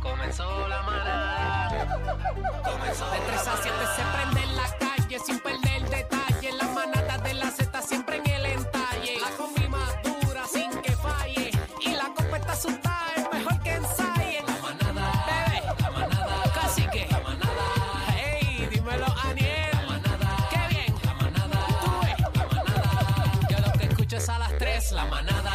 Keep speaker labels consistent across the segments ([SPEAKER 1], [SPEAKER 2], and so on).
[SPEAKER 1] Comenzó la manada. Comenzó
[SPEAKER 2] De 3 a 7 se prende en la calle sin perder detalle. La manada de la Z siempre en el entalle. La combi madura sin que falle. Y la copa está asustada, es mejor que ensaye. La manada, bebé, la manada, casi que. La manada, hey, dímelo Aniel. La manada, qué bien. La manada, tú ves. La manada, yo lo que escucho es a las 3. La manada,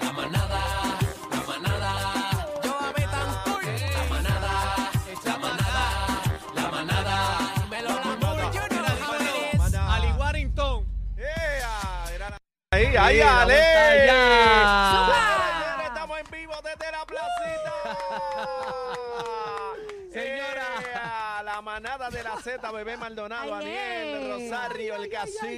[SPEAKER 2] la manada, la manada. Yo a Betancourt. La manada, la manada. La manada. Dímelo, la manada. Yo no
[SPEAKER 3] Ali Warrington. ¡Ea! Gran- Ahí, ahí,
[SPEAKER 1] ahí,
[SPEAKER 3] Ale.
[SPEAKER 1] allá.
[SPEAKER 3] Señores, Estamos en vivo desde la placita. Señora. Eh, La manada de la Z, bebé Maldonado,
[SPEAKER 4] Ay,
[SPEAKER 3] Aniel,
[SPEAKER 4] nene.
[SPEAKER 3] Rosario,
[SPEAKER 4] Ay,
[SPEAKER 3] el
[SPEAKER 4] ay, ay, ay,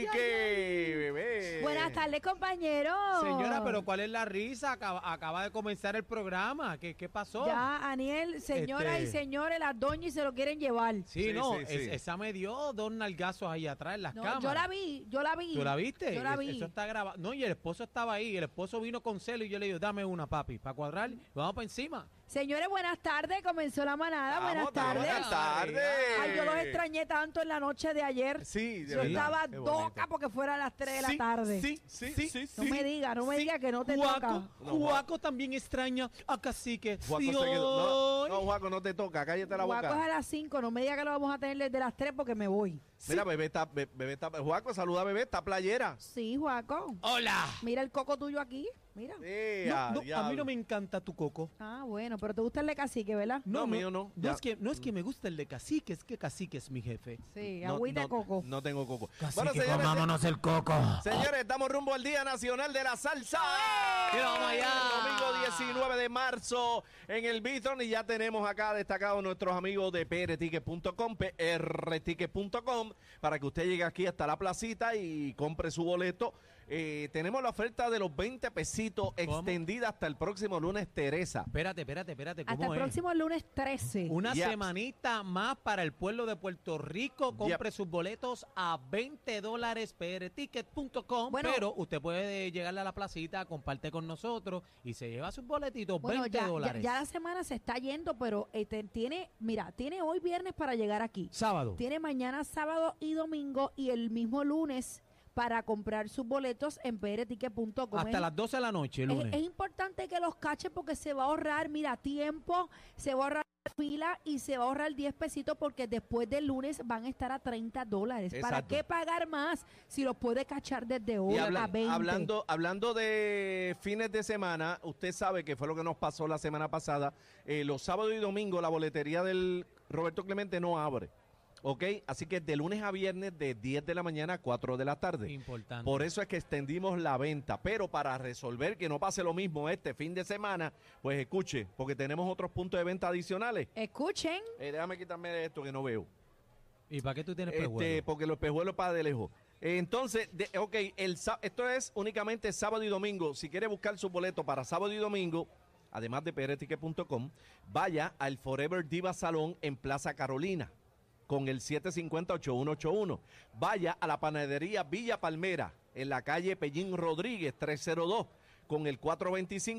[SPEAKER 3] cacique, bebé.
[SPEAKER 4] Buenas tardes, compañero.
[SPEAKER 5] Señora, pero ¿cuál es la risa? Acaba, acaba de comenzar el programa. ¿Qué, qué pasó?
[SPEAKER 4] Ya, Aniel, señoras y
[SPEAKER 5] Este-
[SPEAKER 4] señores, las doñas y se lo quieren llevar.
[SPEAKER 5] Sí,
[SPEAKER 3] Sí,
[SPEAKER 5] no,
[SPEAKER 3] sí,
[SPEAKER 5] es-
[SPEAKER 3] sí.
[SPEAKER 5] esa me dio dos nalgazos ahí atrás en las
[SPEAKER 4] No,
[SPEAKER 5] cámaras.
[SPEAKER 4] yo la vi, yo la vi.
[SPEAKER 5] ¿Tú la viste?
[SPEAKER 4] Yo la
[SPEAKER 5] Es-
[SPEAKER 4] vi.
[SPEAKER 5] Eso está grabado. No, y el esposo estaba ahí. El esposo vino con celo y yo le digo, dame una, papi, para cuadrar. Vamos para encima.
[SPEAKER 4] Señores, buenas tardes. Comenzó la manada.
[SPEAKER 3] Vamos,
[SPEAKER 4] Ah, buenas
[SPEAKER 3] estamos,
[SPEAKER 4] tardes.
[SPEAKER 3] Buenas tardes.
[SPEAKER 4] Ay, yo los extrañé tanto en la noche de ayer.
[SPEAKER 3] Sí, de
[SPEAKER 4] yo
[SPEAKER 3] verdad,
[SPEAKER 4] estaba
[SPEAKER 3] qué bonito.
[SPEAKER 4] doca porque fuera a las 3 de la
[SPEAKER 5] Sí,
[SPEAKER 4] tarde.
[SPEAKER 5] Sí,
[SPEAKER 3] Sí,
[SPEAKER 5] sí,
[SPEAKER 3] sí,
[SPEAKER 5] sí.
[SPEAKER 4] No me diga, no me
[SPEAKER 5] sí.
[SPEAKER 4] diga que no te
[SPEAKER 5] Juaco,
[SPEAKER 4] toca.
[SPEAKER 3] No,
[SPEAKER 5] Juaco también extraña a Cacique.
[SPEAKER 3] Juaco se
[SPEAKER 5] Dios.
[SPEAKER 3] quedó. No, no, Juaco, no te toca, cállate la
[SPEAKER 4] Guaco es a
[SPEAKER 3] boca.
[SPEAKER 4] las 5. No me diga que lo vamos a tener desde las 3 porque me voy.
[SPEAKER 3] Mira, bebé está, be- bebé está, Juaco, saluda a bebé, está playera.
[SPEAKER 4] Sí, Juaco.
[SPEAKER 5] Hola.
[SPEAKER 4] Mira el coco tuyo aquí. Mira.
[SPEAKER 3] Ea,
[SPEAKER 5] No, no, a mí
[SPEAKER 3] diablo.
[SPEAKER 5] no me encanta tu coco.
[SPEAKER 4] Ah, bueno, pero te gusta el de cacique, ¿verdad?
[SPEAKER 3] No, mío no,
[SPEAKER 5] No
[SPEAKER 3] ya. Mm.
[SPEAKER 5] es, que, no es que me gusta el de cacique, es que cacique es mi jefe.
[SPEAKER 4] Sí,
[SPEAKER 3] No,
[SPEAKER 4] agüita de
[SPEAKER 3] no,
[SPEAKER 4] coco.
[SPEAKER 3] No tengo coco.
[SPEAKER 5] el coco.
[SPEAKER 3] Señores, estamos rumbo al Día Nacional de la Salsa.
[SPEAKER 5] ¡Mira, vamos allá!
[SPEAKER 3] Domingo 19 de marzo en el Beaton y ya tenemos acá destacados nuestros amigos de prticket.com, prticket.com, para que usted llegue aquí hasta la placita y compre su boleto. Eh, tenemos la oferta de los 20 pesitos extendida hasta el próximo lunes, Teresa.
[SPEAKER 5] Espérate, espérate, espérate. Este, ¿Cómo
[SPEAKER 4] Hasta el
[SPEAKER 5] es?
[SPEAKER 4] próximo lunes 13.
[SPEAKER 5] Una
[SPEAKER 3] Ya.
[SPEAKER 5] semanita más para el pueblo de Puerto Rico. Compre sus boletos a 20 dólares prticket.com.
[SPEAKER 4] Bueno.
[SPEAKER 5] pero usted puede llegarle a la placita, comparte con nosotros y se lleva sus boletitos
[SPEAKER 4] Bueno,
[SPEAKER 5] 20
[SPEAKER 4] ya, ya,
[SPEAKER 5] dólares.
[SPEAKER 4] ya la semana se está yendo, pero eh, te- tiene, mira, tiene hoy viernes para llegar aquí.
[SPEAKER 5] Sábado.
[SPEAKER 4] Tiene mañana sábado y domingo y el mismo lunes para comprar sus boletos en prticket.com.
[SPEAKER 5] Hasta
[SPEAKER 4] Es-
[SPEAKER 5] las 12 de la noche, el
[SPEAKER 4] es,
[SPEAKER 5] lunes.
[SPEAKER 4] es importante que los cachen porque se va a ahorrar, mira, tiempo, se va a ahorrar fila y se va a ahorrar 10 pesitos porque después del lunes van a estar a 30 dólares. ¿Para
[SPEAKER 3] Exacto.
[SPEAKER 4] qué pagar más si los puede cachar desde
[SPEAKER 3] Y
[SPEAKER 4] hoy
[SPEAKER 3] habla-
[SPEAKER 4] a 20?
[SPEAKER 3] hablando, hablando de fines de semana, usted sabe que fue lo que nos pasó la semana pasada. Eh, los sábados y domingos la boletería del Roberto Clemente no abre. ¿Ok? Así que de lunes a viernes de 10 de la mañana a 4 de la tarde.
[SPEAKER 5] Importante.
[SPEAKER 3] Por eso es que extendimos la venta. Pero para resolver que no pase lo mismo este fin de semana, pues escuche, porque tenemos otros puntos de venta adicionales.
[SPEAKER 4] Escuchen.
[SPEAKER 3] Eh, déjame quitarme de esto que no veo.
[SPEAKER 5] ¿Y para qué tú tienes
[SPEAKER 3] Este,
[SPEAKER 5] prejuicio?
[SPEAKER 3] porque los pejuelos para de lejos. Eh, Entonces, de- ok, el, sá- esto es únicamente sábado y domingo. Si quiere buscar su boleto para sábado y domingo, además de peretique.com, vaya al Forever Diva Salón en Plaza Carolina con el 750-8181. Vaya a la panadería Villa Palmera en la calle Pellín Rodríguez 302 con el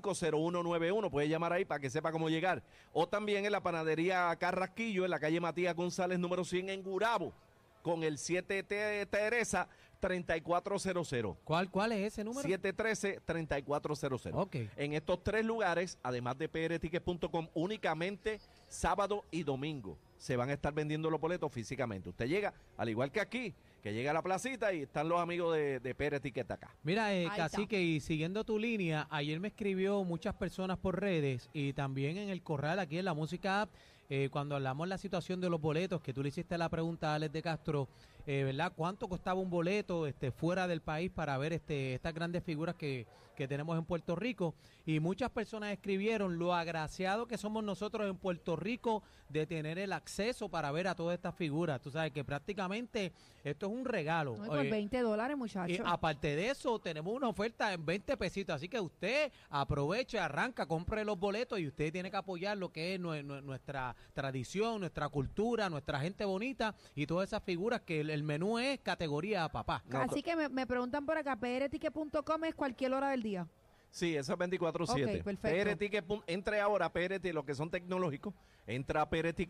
[SPEAKER 3] 425-0191. Puede llamar ahí para que sepa cómo llegar. O también en la panadería Carrasquillo en la calle Matías González número 100 en Gurabo con el 7 T- Teresa 3400.
[SPEAKER 5] ¿Cuál, ¿Cuál es ese número?
[SPEAKER 3] 713-3400.
[SPEAKER 5] Ok.
[SPEAKER 3] En estos tres lugares, además de prticket.com, únicamente sábado y domingo se van a estar vendiendo los boletos físicamente. Usted llega, al igual que aquí, que llega a la placita y están los amigos de, de Prticket acá.
[SPEAKER 5] Mira, eh,
[SPEAKER 4] Ahí está.
[SPEAKER 5] Cacique, y siguiendo tu línea, ayer me escribió muchas personas por redes y también en el corral aquí en la música app, eh, cuando hablamos la situación de los boletos, que tú le hiciste la pregunta a Alex de Castro, eh, ¿verdad? ¿Cuánto costaba un boleto este, fuera del país para ver este, estas grandes figuras que, que tenemos en Puerto Rico? Y muchas personas escribieron lo agraciado que somos nosotros en Puerto Rico de tener el acceso para ver a todas estas figuras. Tú sabes que prácticamente esto es un regalo.
[SPEAKER 4] Ay, por
[SPEAKER 5] Oye,
[SPEAKER 4] 20 dólares, muchachos.
[SPEAKER 3] eh, ah,
[SPEAKER 5] y Eh, aparte de eso, tenemos una oferta en 20 pesitos. Así que usted aproveche, arranca, compre los boletos y usted tiene que apoyar lo que es nue- nue- nuestra tradición, nuestra cultura, nuestra gente bonita y todas esas figuras que el, el menú es categoría papá.
[SPEAKER 3] No,
[SPEAKER 4] Así que me, me preguntan por acá, prticket.com es cualquier hora del día.
[SPEAKER 3] Sí, eso es 24-7.
[SPEAKER 4] Ok, perfecto.
[SPEAKER 3] PRTicket pun- Entre ahora a PRT, los que son tecnológicos, entra a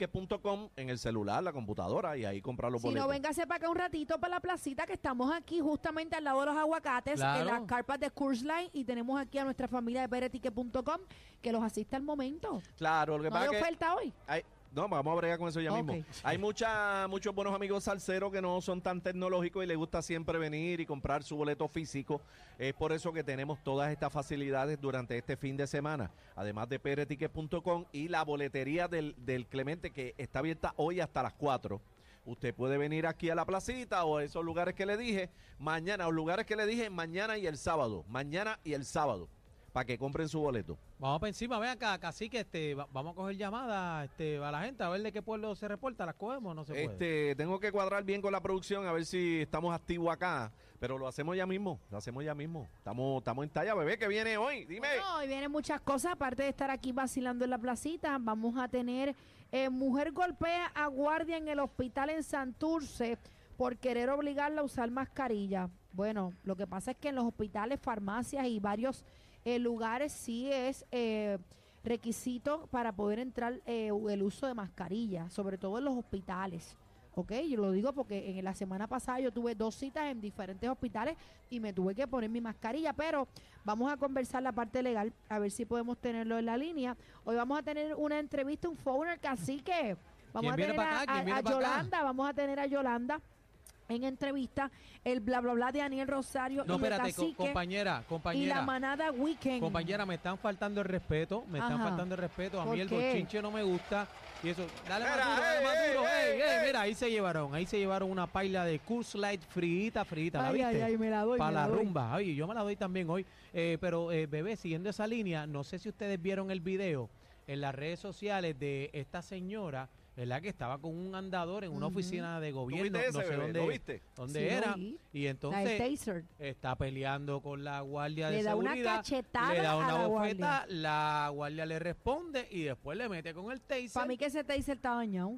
[SPEAKER 3] prticket.com en el celular, la computadora y ahí comprar los
[SPEAKER 4] Si
[SPEAKER 3] boletos.
[SPEAKER 4] no, véngase para acá un ratito para la placita que estamos aquí justamente al lado de los aguacates, en
[SPEAKER 5] Claro.
[SPEAKER 4] las carpas de Curse Line y tenemos aquí a nuestra familia de peretique.com que los asiste al momento.
[SPEAKER 3] Claro, lo que
[SPEAKER 4] No hay
[SPEAKER 3] pasa es que.
[SPEAKER 4] oferta hoy.
[SPEAKER 3] hay- no, vamos a bregar con eso ya
[SPEAKER 4] Ok.
[SPEAKER 3] mismo. Hay mucha, muchos buenos amigos salseros que no son tan tecnológicos y les gusta siempre venir y comprar su boleto físico. Es por eso que tenemos todas estas facilidades durante este fin de semana. Además de prticket.com y la boletería del, del Clemente que está abierta hoy hasta las 4. Usted puede venir aquí a la placita o a esos lugares que le dije mañana, o lugares que le dije mañana y el sábado. Mañana y el sábado. Para que compren su boleto.
[SPEAKER 5] Vamos para encima, ven acá, así que este, va- vamos a coger llamada este, a la gente a ver de qué pueblo se reporta, las cogemos o no se puede.
[SPEAKER 3] Este, tengo que cuadrar bien con la producción a ver si estamos activos acá, pero lo hacemos ya mismo, lo hacemos ya mismo. Estamos, estamos en talla, bebé, que viene hoy, dime.
[SPEAKER 4] Bueno, hoy vienen muchas cosas, aparte de estar aquí vacilando en la placita, vamos a tener eh, mujer golpea a guardia en el hospital en Santurce por querer obligarla a usar mascarilla. Bueno, lo que pasa es que en los hospitales, farmacias y varios eh, lugares sí es eh, requisito para poder entrar eh, el uso de mascarilla, sobre todo en los hospitales. Ok, yo lo digo porque en la semana pasada yo tuve dos citas en diferentes hospitales y me tuve que poner mi mascarilla, pero vamos a conversar la parte legal, a ver si podemos tenerlo en la línea. Hoy vamos a tener una entrevista, un fowner cacique. Vamos
[SPEAKER 5] ¿Quién
[SPEAKER 4] a
[SPEAKER 5] viene
[SPEAKER 4] tener
[SPEAKER 5] pa'
[SPEAKER 4] a,
[SPEAKER 5] acá? ¿Quién
[SPEAKER 4] a-
[SPEAKER 5] viene
[SPEAKER 4] a
[SPEAKER 5] pa' acá?
[SPEAKER 4] Yolanda, vamos a tener a Yolanda en entrevista, el bla bla bla de Daniel Rosario
[SPEAKER 5] no,
[SPEAKER 4] y de
[SPEAKER 5] espérate, co-
[SPEAKER 4] cacique
[SPEAKER 5] compañera,
[SPEAKER 4] y
[SPEAKER 5] compañera.
[SPEAKER 4] la manada weekend.
[SPEAKER 5] Compañera, me están faltando el respeto, me están
[SPEAKER 4] Ajá.
[SPEAKER 5] faltando el respeto, a
[SPEAKER 4] ¿Por
[SPEAKER 5] mí el
[SPEAKER 4] qué?
[SPEAKER 5] bochinche no me gusta. Y eso, dale
[SPEAKER 3] Mira,
[SPEAKER 5] más duro, dale
[SPEAKER 3] ey,
[SPEAKER 5] más
[SPEAKER 3] ey,
[SPEAKER 5] duro.
[SPEAKER 3] ey,
[SPEAKER 5] ey, ey,
[SPEAKER 3] ey.
[SPEAKER 5] mira, ahí se llevaron, ahí se llevaron una paila de Curse Light friita, friita, ¿la
[SPEAKER 4] ay, ay,
[SPEAKER 5] viste?
[SPEAKER 4] ay, me la doy.
[SPEAKER 5] Para
[SPEAKER 4] me
[SPEAKER 5] la
[SPEAKER 4] doy.
[SPEAKER 5] rumba, ay, yo me la doy también hoy. Eh, pero, eh, bebé, siguiendo esa línea, no sé si ustedes vieron el video en las redes sociales de esta señora, ¿verdad? Que estaba con un andador en una
[SPEAKER 4] Ujú.
[SPEAKER 5] oficina de
[SPEAKER 3] ¿Tú
[SPEAKER 5] gobierno,
[SPEAKER 3] viste ese,
[SPEAKER 5] no sé
[SPEAKER 3] bebé?
[SPEAKER 5] dónde,
[SPEAKER 3] ¿Lo viste?
[SPEAKER 5] dónde
[SPEAKER 4] Sí, lo
[SPEAKER 5] era.
[SPEAKER 4] vi.
[SPEAKER 5] Y
[SPEAKER 4] La del
[SPEAKER 5] entonces
[SPEAKER 4] taser.
[SPEAKER 5] está peleando con la guardia
[SPEAKER 4] Le
[SPEAKER 5] de
[SPEAKER 4] da una
[SPEAKER 5] seguridad,
[SPEAKER 4] cachetada
[SPEAKER 5] le da
[SPEAKER 4] a
[SPEAKER 5] una
[SPEAKER 4] la
[SPEAKER 5] bofeta, la guardia le responde y después le mete con el taser.
[SPEAKER 4] Para mí que ese taser está dañado.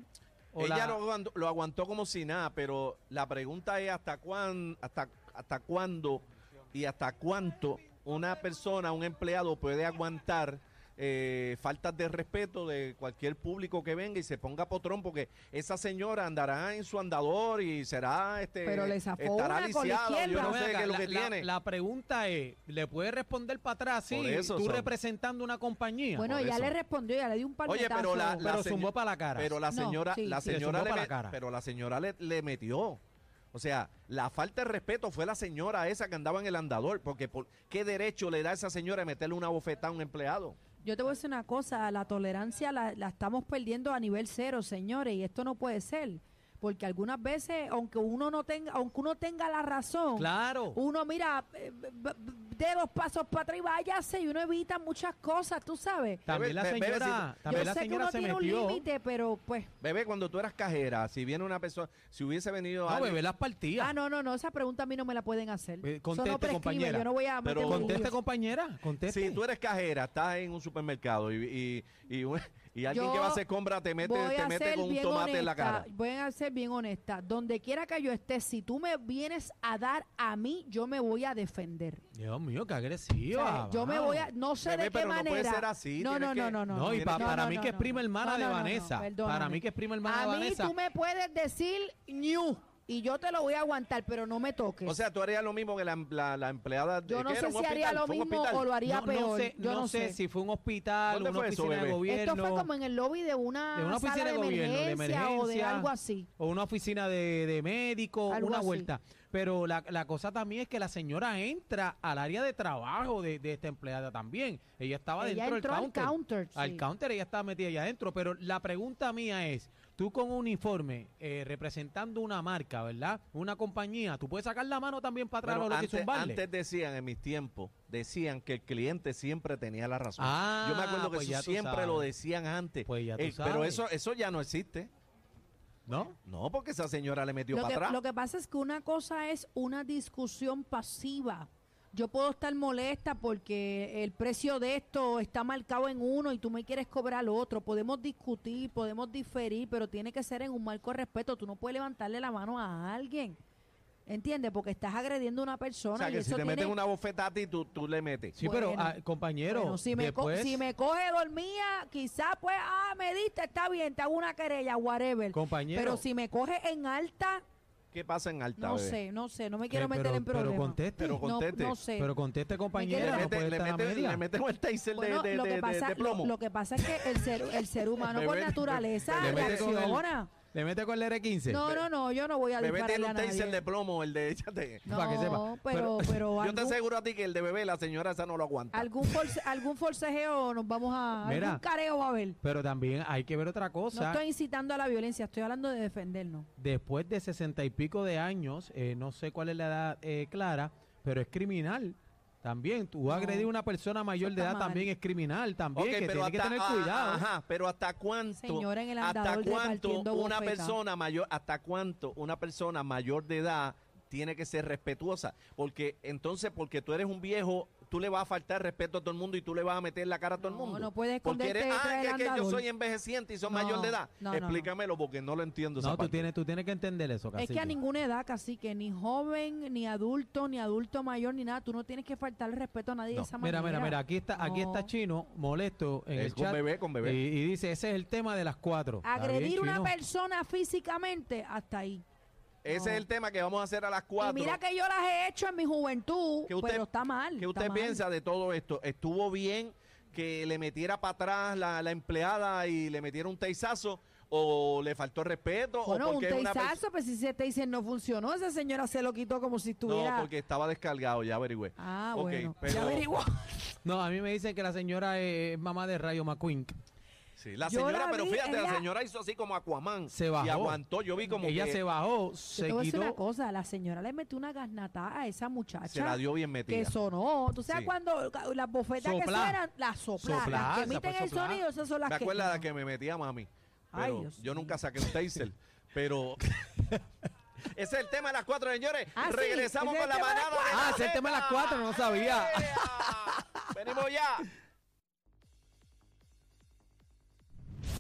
[SPEAKER 5] o
[SPEAKER 3] Ella
[SPEAKER 5] la-
[SPEAKER 3] lo aguantó, lo aguantó como si nada, pero la pregunta es hasta cuán, hasta, hasta cuándo y hasta cuánto una persona, un empleado puede aguantar eh, faltas de respeto de cualquier público que venga y se ponga potrón, porque esa señora andará en su andador y será, este,
[SPEAKER 4] Pero le zafó
[SPEAKER 3] estará
[SPEAKER 4] una con
[SPEAKER 3] lisiada,
[SPEAKER 4] la
[SPEAKER 3] o yo
[SPEAKER 4] izquierda.
[SPEAKER 3] no
[SPEAKER 5] Pero ven
[SPEAKER 3] sé qué
[SPEAKER 5] acá,
[SPEAKER 3] es lo
[SPEAKER 5] la-
[SPEAKER 3] que
[SPEAKER 5] la,
[SPEAKER 3] tiene.
[SPEAKER 5] la pregunta es, ¿le puedes responder para atrás? Sí,
[SPEAKER 3] Por eso
[SPEAKER 5] tú
[SPEAKER 3] son.
[SPEAKER 5] representando una compañía.
[SPEAKER 4] Bueno,
[SPEAKER 3] por
[SPEAKER 4] ya
[SPEAKER 3] eso.
[SPEAKER 4] le respondió, ya le dio un par
[SPEAKER 3] Oye, pero la- la-
[SPEAKER 5] pero
[SPEAKER 3] seño-
[SPEAKER 5] zumbó para la cara.
[SPEAKER 3] Pero la
[SPEAKER 4] No,
[SPEAKER 3] señora,
[SPEAKER 4] sí,
[SPEAKER 3] la
[SPEAKER 4] sí.
[SPEAKER 5] Le
[SPEAKER 3] señora
[SPEAKER 5] zumbó
[SPEAKER 3] le,
[SPEAKER 5] pa' la
[SPEAKER 3] met-
[SPEAKER 5] cara.
[SPEAKER 3] pero la señora le, le metió. O sea, la falta de respeto fue la señora esa que andaba en el andador, porque por, ¿qué derecho le da a esa señora de meterle una bofetada a un empleado?
[SPEAKER 4] Yo te voy a decir una cosa, la tolerancia la, la estamos perdiendo a nivel cero, señores, y esto no puede ser, porque algunas veces, aunque uno no tenga, aunque uno tenga la razón,
[SPEAKER 5] Claro.
[SPEAKER 4] uno mira eh, b- b- de dos pasos para atrás y váyase y uno evita muchas cosas, tú sabes.
[SPEAKER 5] También la
[SPEAKER 3] Bebe, bebe,
[SPEAKER 5] señora,
[SPEAKER 3] si
[SPEAKER 5] también
[SPEAKER 4] Yo
[SPEAKER 5] la
[SPEAKER 4] sé que
[SPEAKER 5] señora
[SPEAKER 4] uno
[SPEAKER 5] se
[SPEAKER 4] tiene
[SPEAKER 5] metió.
[SPEAKER 4] un límite, pero pues,
[SPEAKER 3] Bebé, cuando tú eras cajera, si viene una persona, si hubiese venido
[SPEAKER 5] No,
[SPEAKER 3] alguien-
[SPEAKER 5] bebé, las partidas.
[SPEAKER 4] ah no no no, esa pregunta a mí no me la pueden hacer.
[SPEAKER 5] Eh,
[SPEAKER 4] Eso
[SPEAKER 5] conteste,
[SPEAKER 4] no prescribe,
[SPEAKER 5] compañera.
[SPEAKER 4] yo no voy a
[SPEAKER 3] Pero-
[SPEAKER 4] meterme en
[SPEAKER 5] Conteste,
[SPEAKER 4] líos.
[SPEAKER 5] compañera, conteste.
[SPEAKER 3] si tú eres cajera, estás en un supermercado y, y, y, un- y alguien
[SPEAKER 4] Yo
[SPEAKER 3] que va a hacer compra te mete,
[SPEAKER 4] voy
[SPEAKER 3] te
[SPEAKER 4] a
[SPEAKER 3] mete
[SPEAKER 4] ser
[SPEAKER 3] con un
[SPEAKER 4] bien
[SPEAKER 3] tomate en la
[SPEAKER 4] honesta,
[SPEAKER 3] cara.
[SPEAKER 4] Voy a ser bien honesta. Donde quiera que yo esté, si tú me vienes a dar a mí, yo me voy a defender.
[SPEAKER 5] Dios mío, qué
[SPEAKER 4] O sea,
[SPEAKER 5] agresiva.
[SPEAKER 4] yo me
[SPEAKER 5] mano.
[SPEAKER 4] voy a. No sé
[SPEAKER 3] Bebé,
[SPEAKER 4] de qué
[SPEAKER 3] pero no
[SPEAKER 4] manera.
[SPEAKER 3] puede ser así,
[SPEAKER 4] No, no,
[SPEAKER 3] tienes
[SPEAKER 4] no,
[SPEAKER 3] que-
[SPEAKER 4] no, no.
[SPEAKER 5] No, y pa-
[SPEAKER 3] no,
[SPEAKER 5] para
[SPEAKER 4] no,
[SPEAKER 5] mí
[SPEAKER 4] no,
[SPEAKER 5] que es
[SPEAKER 4] no.
[SPEAKER 5] prima hermana
[SPEAKER 4] No,
[SPEAKER 5] de
[SPEAKER 4] no, no, no,
[SPEAKER 5] Vanessa. para
[SPEAKER 4] perdóname.
[SPEAKER 5] mí que es prima hermana
[SPEAKER 4] A
[SPEAKER 5] de
[SPEAKER 4] mí
[SPEAKER 5] Vanessa.
[SPEAKER 4] tú me puedes decir ñu y yo te lo voy a aguantar, pero no me toques.
[SPEAKER 3] O sea, tú harías lo mismo que la, la, la empleada. de-
[SPEAKER 4] yo no
[SPEAKER 3] ¿qué era?
[SPEAKER 4] sé
[SPEAKER 3] ¿Un
[SPEAKER 4] si haría
[SPEAKER 3] hospital?
[SPEAKER 4] lo
[SPEAKER 3] ¿Fue un
[SPEAKER 4] mismo
[SPEAKER 3] hospital?
[SPEAKER 4] o lo haría
[SPEAKER 5] no, no
[SPEAKER 4] peor.
[SPEAKER 5] sé,
[SPEAKER 4] yo
[SPEAKER 5] no sé si fue un hospital,
[SPEAKER 3] ¿Dónde
[SPEAKER 5] una
[SPEAKER 3] fue eso,
[SPEAKER 5] oficina de
[SPEAKER 3] bebé?
[SPEAKER 5] gobierno.
[SPEAKER 4] Esto fue como en el lobby de una,
[SPEAKER 5] De una oficina
[SPEAKER 4] sala
[SPEAKER 5] de gobierno, de
[SPEAKER 4] emergencia o de
[SPEAKER 5] emergencia.
[SPEAKER 4] algo así.
[SPEAKER 5] o una oficina de, de médico,
[SPEAKER 4] Algo
[SPEAKER 5] una
[SPEAKER 4] así.
[SPEAKER 5] vuelta. Pero la, la cosa también es que la señora entra al área de trabajo de, de esta empleada también. Ella estaba
[SPEAKER 4] Ella
[SPEAKER 5] dentro
[SPEAKER 4] entró
[SPEAKER 5] del
[SPEAKER 4] al
[SPEAKER 5] counter.
[SPEAKER 4] counter.
[SPEAKER 5] Al
[SPEAKER 4] sí.
[SPEAKER 5] counter ella estaba metida allá adentro. Pero la pregunta mía es, tú con un uniforme eh, representando una marca, ¿verdad? Una compañía, ¿tú puedes sacar la mano también para atrás
[SPEAKER 3] Bueno,
[SPEAKER 5] o lo que
[SPEAKER 3] antes,
[SPEAKER 5] hizo un baile?
[SPEAKER 3] antes decían en mis tiempos, decían que el cliente siempre tenía la razón.
[SPEAKER 5] Ah,
[SPEAKER 3] Yo me acuerdo que
[SPEAKER 5] pues ya
[SPEAKER 3] eso
[SPEAKER 5] tú
[SPEAKER 3] siempre lo
[SPEAKER 5] sabes.
[SPEAKER 3] decían antes.
[SPEAKER 5] Pues ya tú
[SPEAKER 3] Eh, pero
[SPEAKER 5] sabes.
[SPEAKER 3] eso, eso ya no existe.
[SPEAKER 5] ¿No?
[SPEAKER 3] No, porque esa señora le metió
[SPEAKER 4] Lo
[SPEAKER 3] para
[SPEAKER 4] que,
[SPEAKER 3] atrás.
[SPEAKER 4] lo que pasa es que una cosa es una discusión pasiva. Yo puedo estar molesta porque el precio de esto está marcado en uno y tú me quieres cobrar lo otro. Podemos discutir, podemos diferir, pero tiene que ser en un marco de respeto. Tú no puedes levantarle la mano a alguien. ¿Entiendes? Porque estás agrediendo a una persona.
[SPEAKER 3] o sea,
[SPEAKER 4] y
[SPEAKER 3] que si
[SPEAKER 4] eso
[SPEAKER 3] te meten
[SPEAKER 4] tiene-
[SPEAKER 3] una bofetada a ti, tú, tú le metes.
[SPEAKER 5] Sí, pero
[SPEAKER 4] Bueno.
[SPEAKER 5] ah, compañero,
[SPEAKER 4] Bueno, si, me co-
[SPEAKER 5] después,
[SPEAKER 4] si me coge dormida, quizás pues, ah, me diste, está bien, te hago una querella, whatever.
[SPEAKER 5] compañero,
[SPEAKER 4] Pero si me coge en alta,
[SPEAKER 3] ¿Qué pasa en alta?
[SPEAKER 4] no
[SPEAKER 3] bebé?
[SPEAKER 4] sé, no sé, no me
[SPEAKER 5] eh,
[SPEAKER 4] quiero meter
[SPEAKER 5] pero-
[SPEAKER 4] en
[SPEAKER 5] pero
[SPEAKER 4] problemas.
[SPEAKER 5] conteste,
[SPEAKER 3] Pero
[SPEAKER 4] No,
[SPEAKER 3] conteste.
[SPEAKER 4] No, sé.
[SPEAKER 5] pero conteste
[SPEAKER 3] Le
[SPEAKER 5] compañero, no
[SPEAKER 3] mete-
[SPEAKER 5] puede
[SPEAKER 3] le
[SPEAKER 5] estar a
[SPEAKER 3] mete-
[SPEAKER 5] media.
[SPEAKER 3] le meten el taser de-
[SPEAKER 4] Bueno,
[SPEAKER 3] de,
[SPEAKER 4] lo, que
[SPEAKER 3] de-
[SPEAKER 4] pasa,
[SPEAKER 3] de
[SPEAKER 4] lo-
[SPEAKER 3] plomo.
[SPEAKER 4] Lo, que pasa es que el ser, el ser humano por
[SPEAKER 3] Bebé,
[SPEAKER 4] naturaleza
[SPEAKER 3] bebé,
[SPEAKER 5] bebé, con el-
[SPEAKER 4] reacciona.
[SPEAKER 5] Le mete con el R15.
[SPEAKER 4] No, no, no, yo no voy a
[SPEAKER 3] bebé
[SPEAKER 4] dispararle
[SPEAKER 3] tiene
[SPEAKER 4] a
[SPEAKER 3] un taser de
[SPEAKER 4] nadie.
[SPEAKER 3] plomo, el de échate.
[SPEAKER 4] No,
[SPEAKER 5] Para que sepa.
[SPEAKER 4] pero, pero
[SPEAKER 3] Yo te
[SPEAKER 4] algún,
[SPEAKER 3] aseguro a ti que el de bebé, la señora esa no lo aguanta.
[SPEAKER 4] algún, force- algún forcejeo nos vamos a...
[SPEAKER 5] Mira.
[SPEAKER 4] algún careo va a haber.
[SPEAKER 5] Pero también hay que ver otra
[SPEAKER 4] No
[SPEAKER 5] cosa.
[SPEAKER 4] estoy incitando a la violencia, estoy hablando de defendernos.
[SPEAKER 5] Después de sesenta y pico de años, eh, no sé cuál es la edad eh, clara, pero es criminal. También, tú
[SPEAKER 4] No,
[SPEAKER 5] agredir a una persona mayor de
[SPEAKER 4] está
[SPEAKER 5] edad
[SPEAKER 4] mal.
[SPEAKER 5] también es criminal, también,
[SPEAKER 3] Ok,
[SPEAKER 5] que tiene que tener
[SPEAKER 3] ah,
[SPEAKER 5] cuidado.
[SPEAKER 3] ajá, pero hasta cuánto,
[SPEAKER 4] Señora, en el
[SPEAKER 3] hasta
[SPEAKER 4] andador de
[SPEAKER 3] cuánto
[SPEAKER 4] partiendo
[SPEAKER 3] una
[SPEAKER 4] bofeta.
[SPEAKER 3] persona mayor, hasta cuánto una persona mayor de edad tiene que ser respetuosa, porque entonces porque tú eres un viejo, tú le vas a faltar respeto a todo el mundo y tú le vas a meter la cara a todo el
[SPEAKER 4] No,
[SPEAKER 3] mundo.
[SPEAKER 4] no puedes
[SPEAKER 3] porque eres,
[SPEAKER 4] esconderte
[SPEAKER 3] ah,
[SPEAKER 4] detrás
[SPEAKER 3] que,
[SPEAKER 4] del
[SPEAKER 3] que yo
[SPEAKER 4] andador.
[SPEAKER 3] soy envejeciente y soy
[SPEAKER 4] No,
[SPEAKER 3] mayor de edad.
[SPEAKER 4] no, no, no.
[SPEAKER 3] Explícamelo porque no lo entiendo. esa
[SPEAKER 5] No, tú
[SPEAKER 3] parte.
[SPEAKER 5] tienes, tú tienes que entender eso,
[SPEAKER 4] Es que a
[SPEAKER 5] cacique.
[SPEAKER 4] ninguna edad, casi que ni joven, ni adulto, ni adulto mayor, ni nada, tú no tienes que faltarle respeto a nadie
[SPEAKER 3] No.
[SPEAKER 4] de esa
[SPEAKER 5] Mira,
[SPEAKER 4] manera.
[SPEAKER 5] mira, mira, aquí está, aquí está
[SPEAKER 4] No.
[SPEAKER 5] Chino molesto en
[SPEAKER 3] Es
[SPEAKER 5] el
[SPEAKER 3] con
[SPEAKER 5] chat.
[SPEAKER 3] bebé, con bebé.
[SPEAKER 5] Y, y dice, ese es el tema de las cuatro. Está bien,
[SPEAKER 4] Agredir una
[SPEAKER 5] Chino.
[SPEAKER 4] persona físicamente, hasta ahí.
[SPEAKER 3] Ese
[SPEAKER 4] No.
[SPEAKER 3] es el tema que vamos a hacer a las
[SPEAKER 4] Y
[SPEAKER 3] cuatro.
[SPEAKER 4] mira que yo las he hecho en mi juventud,
[SPEAKER 3] Que usted-
[SPEAKER 4] pero está mal.
[SPEAKER 3] ¿Qué
[SPEAKER 4] está
[SPEAKER 3] usted
[SPEAKER 4] mal.
[SPEAKER 3] piensa de todo esto? ¿Estuvo bien que le metiera para atrás la, la empleada y le metiera un teizazo? ¿O le faltó respeto?
[SPEAKER 4] Bueno,
[SPEAKER 3] ¿O
[SPEAKER 4] un
[SPEAKER 3] porque es una
[SPEAKER 4] teizazo, pero si se te dicen no funcionó, esa señora se lo quitó como si estuviera...
[SPEAKER 3] No, porque estaba descargado, ya averigüé.
[SPEAKER 4] Ah,
[SPEAKER 3] Ok,
[SPEAKER 4] bueno.
[SPEAKER 3] pero-
[SPEAKER 4] Ya averiguó.
[SPEAKER 5] No, a mí me dicen que la señora es mamá de Rayo McQueen.
[SPEAKER 3] Sí, la
[SPEAKER 4] Yo
[SPEAKER 3] señora,
[SPEAKER 4] la
[SPEAKER 3] pero
[SPEAKER 4] vi,
[SPEAKER 3] fíjate, la
[SPEAKER 4] ella-
[SPEAKER 3] señora hizo así como Aquaman.
[SPEAKER 5] Se bajó.
[SPEAKER 3] Y aguantó, yo vi como
[SPEAKER 5] Ella
[SPEAKER 3] que
[SPEAKER 5] se bajó, se
[SPEAKER 4] Yo te voy a decir una
[SPEAKER 5] quitó.
[SPEAKER 4] cosa, la señora le metió una gasnatada a esa muchacha.
[SPEAKER 3] se la dio bien metida.
[SPEAKER 4] que sonó. Tú sabes
[SPEAKER 3] Sí.
[SPEAKER 4] cuando ca- las bofetas que
[SPEAKER 5] Soplar.
[SPEAKER 4] suenan, las soplas,
[SPEAKER 5] Soplar,
[SPEAKER 4] las que
[SPEAKER 5] esa
[SPEAKER 4] emiten
[SPEAKER 5] fue
[SPEAKER 4] el
[SPEAKER 5] soplar.
[SPEAKER 4] sonido, esas son las
[SPEAKER 3] ¿Te
[SPEAKER 4] que.
[SPEAKER 3] acuerdas de la que me metía mami? Pero
[SPEAKER 4] Ay, Dios
[SPEAKER 3] yo
[SPEAKER 4] mío.
[SPEAKER 3] nunca saqué un taser, pero... Ese es el tema de las cuatro, señores.
[SPEAKER 4] Ah, sí,
[SPEAKER 3] Regresamos
[SPEAKER 4] ese es
[SPEAKER 3] con
[SPEAKER 4] el
[SPEAKER 3] la
[SPEAKER 4] tema de
[SPEAKER 3] manada.
[SPEAKER 4] las
[SPEAKER 3] de la
[SPEAKER 5] cuatro. Ah, ese es el tema de las
[SPEAKER 3] Z.
[SPEAKER 5] cuatro, no sabía.
[SPEAKER 3] ¡Ea! Venimos ya.